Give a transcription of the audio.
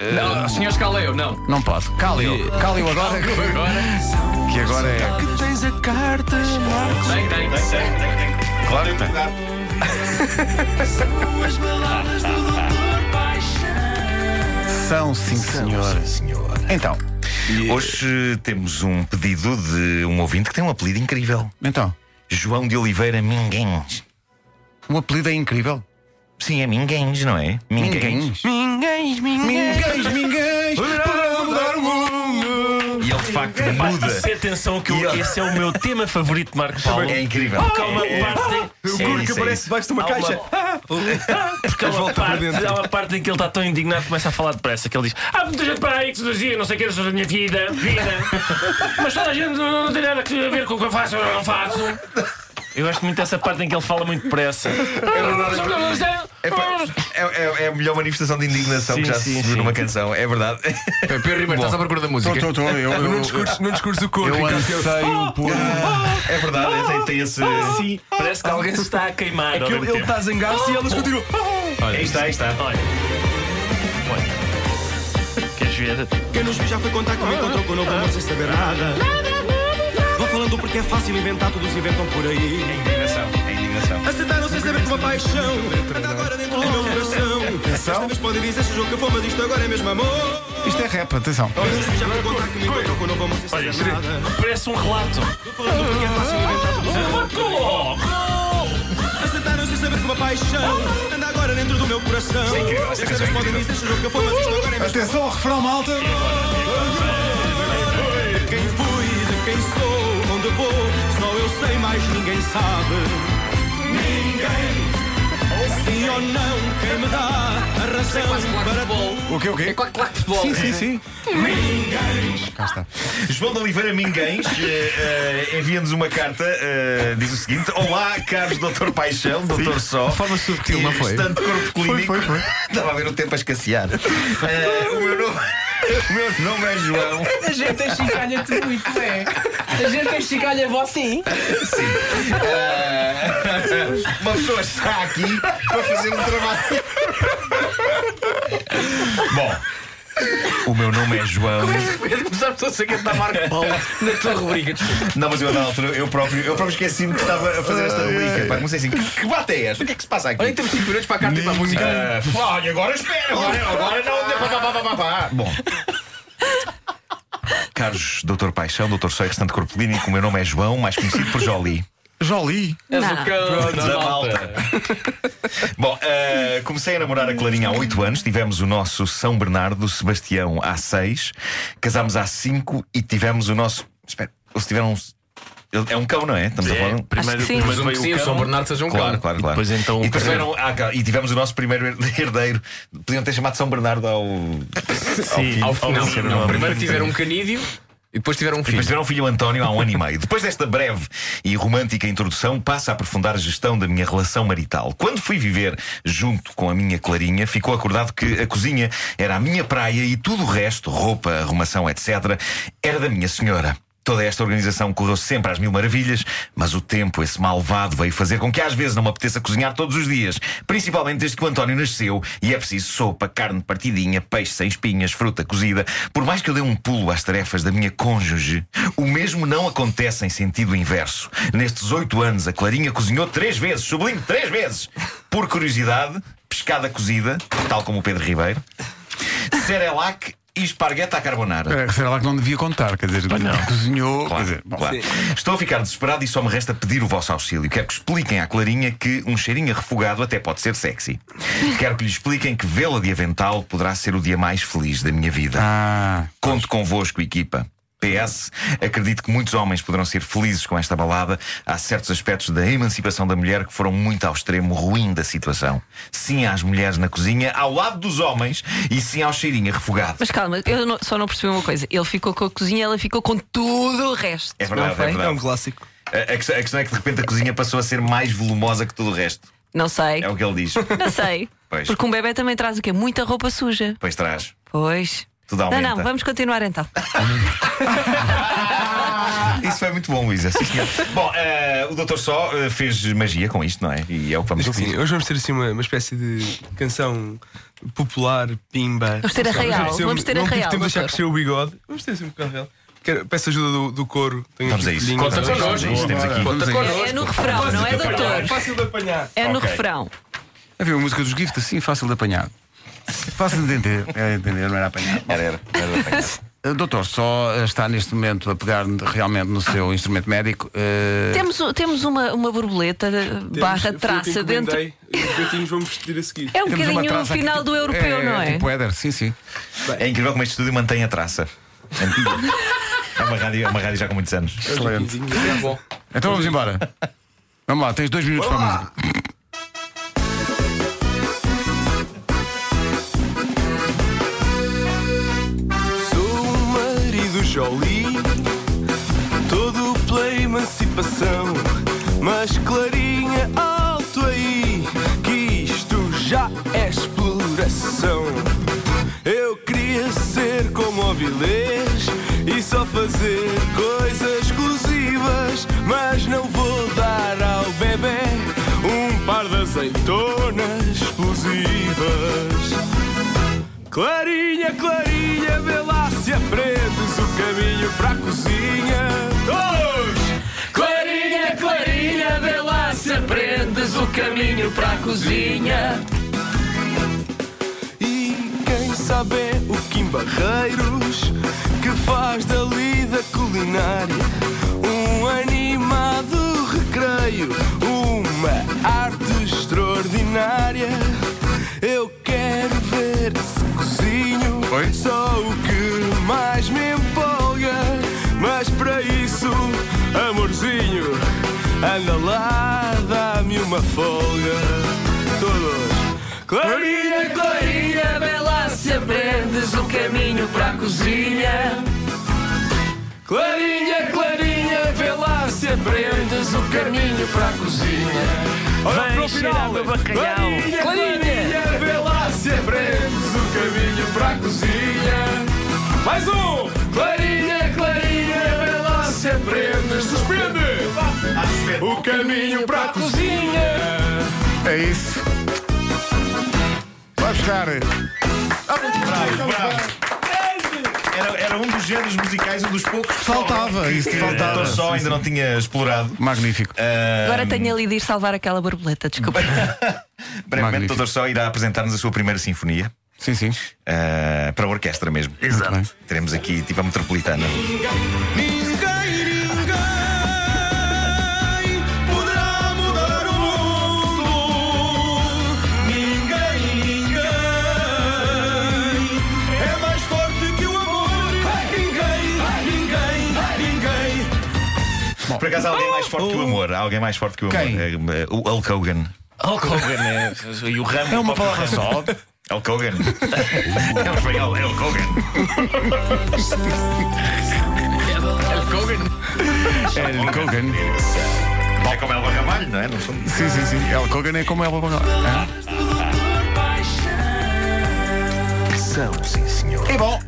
Não, senhores Caleu, não. Não pode. Cálio. Cálio agora. Agora. Que agora é. Tem, tem, tem, tem. Claro que tem. São, sim, senhor. Então. Hoje temos um pedido de um ouvinte que tem um apelido incrível. Então. João de Oliveira Minguens. Um apelido é incrível. Sim, é Minguens, não é? Minguens. Minguens, minguens. Para mudar o mundo. E ele de facto muda. Se atenção que eu- E- esse é o meu tema favorito de Marco Paulo. É incrível. Porque há uma parte. O Sim, guru sim. que aparece debaixo de uma Há caixa. Porque há uma, para parte, dentro. há uma parte em que ele está tão indignado que começa a falar depressa. Que ele diz: Há muita gente para aí que se dizia, não sei o que, isso é da minha vida, vida. Mas toda a gente não, não tem nada a ver com o que eu faço ou não faço. Eu gosto muito dessa parte em que ele fala muito depressa. É, pá, é, é- é a melhor manifestação de indignação Sim, que já sim, se viu sim. numa canção, é verdade. Pedro Ribeiro, estás à procura da música? Estou, estou, eu, eu, Num eu, discurso, num discurso do corpo, eu Ricardo, Teus. anseio um por. É verdade, é, tem, tem esse. Sim, parece que alguém se está a queimar. ao É Que mesmo ele, ele tempo. está a zangar-se e elas continuam. Aí está, aí está. Olha. Olha. Queres ver? Quem nos já foi contar comigo encontrou com o novo amor sem saber nada. Vou falando porque é fácil inventar, todos inventam por aí. É indignação, é indignação. Acertaram sem saber que uma paixão anda agora dentro do meu coração. Desta vez podem dizer se jogo que for, mas isto agora é mesmo amor. Isto é rap, atenção. Quem nos já foi contar comigo encontrou com o novo amor sem Olha, saber isto nada. parece um relato. Vou falando porque é fácil inventar, todos inventam por aí. Acertaram sem saber que uma paixão anda agora dentro do meu coração. Desta vez podem dizer se jogo que for, mas isto agora é mesmo Atenção, refrão malta. Quem fui, de quem sou, onde vou, só eu sei, mais ninguém sabe. Ninguém. Sim ou não, quem me dá a razão para O quê, o quê? É claro, claro, futebol. Sim, sim, sim. João de Oliveira Minguens eh, eh, envia-nos uma carta, eh, diz o seguinte: Olá, caros Dr. Paixão, Dr. Só. De forma subtil, não foi? Tanto corpo clínico. foi, foi. Estava a ver o tempo a escassear. Eh, o, meu nome, o meu nome é João. A gente é chicalha-te muito, é? A gente é chicalha você. Sim. Eh, uma pessoa está aqui para fazer um trabalho. Bom. O meu nome é João. Pedro, começaste a sacar da Marco Paulo na tua rubrica. Desculpa. Não, mas eu na altura, eu próprio, eu próprio esqueci-me que estava a fazer Ah, esta é. rubrica. Pá, não sei assim, que, que bate é esta? O que é que se passa aqui? Olha, temos 5 minutos para a carta e para a música. Ah, pá, olha, agora espera, agora, agora não. Pá, pá, pá, pá, pá, pá. Bom. Caros Dr. Paixão, Dr. Só Restante Corpo Clínico, o meu nome é João, mais conhecido por Jolie. é Jolie. És o cão da malta. Bom, eh, comecei a namorar a Clarinha há 8 anos, tivemos o nosso São Bernardo, Sebastião, há 6, casámos há 5 e tivemos o nosso. Espera, eles tiveram um. ele- É um cão, não é? Estamos a falar. de um- primeiro, que sim. primeiro Mas um que sim, veio o o São cão. Bernardo seja um Claro, claro. claro, E claro. depois então o E depois vieram- ah, claro, e tivemos o nosso primeiro herdeiro. Podiam ter chamado São Bernardo ao. Sim, ao ao fim. final. Não, não, não, Primeiro tiveram um canídeo e depois tiveram um filho. Depois tiveram um filho António há um ano e meio. Depois desta breve e romântica introdução, passo a aprofundar a gestão da minha relação marital. Quando fui viver junto com a minha Clarinha, ficou acordado que a cozinha era a minha praia e tudo o resto, roupa, arrumação, etc., era da minha senhora. Toda esta organização correu sempre às mil maravilhas, mas o tempo, esse malvado, veio fazer com que às vezes não me apeteça cozinhar todos os dias. Principalmente desde que o António nasceu e é preciso sopa, carne partidinha, peixe sem espinhas, fruta cozida. Por mais que eu dê um pulo às tarefas da minha cônjuge, o mesmo não acontece em sentido inverso. Nestes oito anos, a Clarinha cozinhou três vezes, sublinho, três vezes. Por curiosidade, pescada cozida, tal como o Pedro Ribeiro, cerelac e espargueta à carbonara. É, Será lá que não devia contar, quer dizer, cozinhou. Claro, quer dizer, bom, claro. Estou a ficar desesperado e só me resta pedir o vosso auxílio. Quero que expliquem à Clarinha que um cheirinho a refogado até pode ser sexy. Quero que lhe expliquem que vê-la de avental poderá ser o dia mais feliz da minha vida. Ah, Conto convosco, equipa. PS, acredito que muitos homens poderão ser felizes com esta balada. Há certos aspectos da emancipação da mulher que foram muito ao extremo ruim da situação. Sim às mulheres na cozinha, ao lado dos homens, e sim ao cheirinho a refogado. Mas calma, eu não- só não percebi uma coisa. Ele ficou com a cozinha, ela ficou com tudo o resto. É verdade, não é foi? verdade. É um clássico. A, a questão, a questão é que de repente a cozinha passou a ser mais volumosa que tudo o resto. Não sei. É o que ele diz. Não sei. Pois. Porque um bebê também traz o quê? Muita roupa suja. Pois traz. Pois. Tudo Não, aumenta. não, vamos continuar então. Isso foi muito bom, Luísa. sim, senhor. bom, eh, o Doutor Só eh, fez magia com isto, não é? E é o que vamos Mas dizer. assim, hoje vamos ter assim uma, uma espécie de canção popular, pimba. Vamos ter arraial, Não tive- vamos ter não tive arraial, tempo de deixar doutor. crescer o bigode. Vamos ter assim um bocado de arraial. Quero- Peço ajuda do, do coro. Tenho Vamos a aqui isso. folhinhas. Conta Vamos a connosco. isso. Temos aqui. Vamos a isso. É, é no refrão, não é, doutor? Fácil de apanhar. É no Ok. refrão. Havia uma música dos Gift assim, fácil de apanhar. Fácil de entender. Era É, entender, não era apanhar. Era, era, era apanhado. Uh, Doutor, só uh, está neste momento a pegar realmente no seu instrumento médico. uh, Temos, um, temos uma, uma borboleta Temos- barra foi o que traça dentro. encomendei. Os gatinhos vão-me vestir a seguir. É um temos uma bocadinho o traça aqui, final tipo- do europeu, não é? Tipo Éder, sim, sim. É incrível como este estúdio mantém a traça. É uma rádio, é uma rádio já com muitos anos. Excelente. É bom. Então vamos embora. Vamos lá, tens dois minutos para a música. Sou o marido Jolie, todo pela emancipação. Mas Clarinha, alto aí, que isto já é exploração. Eu queria ser como o Vilês e só fazer coisas exclusivas. Mas não vou dar ao bebê um par de azeitonas explosivas. Clarinha, Clarinha, vê lá se aprendes o caminho para a cozinha. Dois! Clarinha, Clarinha, vê lá se aprendes o caminho para a cozinha. E quem sabe é o Kim Barreiros que faz dali da culinária um animado recreio, uma arte extraordinária. Eu quero ver se cozinho, Oi? só o que mais me empolga. Mas para isso, amorzinho, anda lá, dá-me uma folga. Todos. Clarinha, Clarinha, vê lá se aprendes o caminho para a cozinha. Clarinha, Clarinha, vê lá se aprendes o caminho para a cozinha. Olha para o final, Clarinha, Clarinha, vê lá se aprendes o caminho para a cozinha. Mais um! Clarinha, Clarinha, vê lá se aprendes, suspende o caminho para a cozinha. É isso. Vai buscar. é Era, era um dos géneros musicais, um dos poucos. que Faltava, que- isso que faltava. O Doutor Só ainda não tinha explorado. Magnífico. um Agora tenho ali de ir salvar aquela borboleta, desculpa. Eh, Brevemente, o Magnífico. Doutor Só irá apresentar-nos a sua primeira sinfonia. Sim, sim. ah, para a orquestra mesmo. Exato. Muito Teremos aqui tipo a metropolitana. Ninguém, ninguém poderá mudar o mundo. Ninguém, ninguém é mais forte que o amor. Ninguém, ninguém, ninguém. Por acaso, há alguém mais forte que o amor? Há alguém mais forte que o amor? Quem? Eh, O Hulk Hogan. Hulk Hogan é- e o Rambo. É uma o próprio palavra Rambo. só. Hulk Hogan. é um espanhol, é Hulk Hogan. El Kogan. É como Elba Ramalho, não é? No fundo. Sim, sim, sim. El Kogan é como é o Sim, senhor. É bom.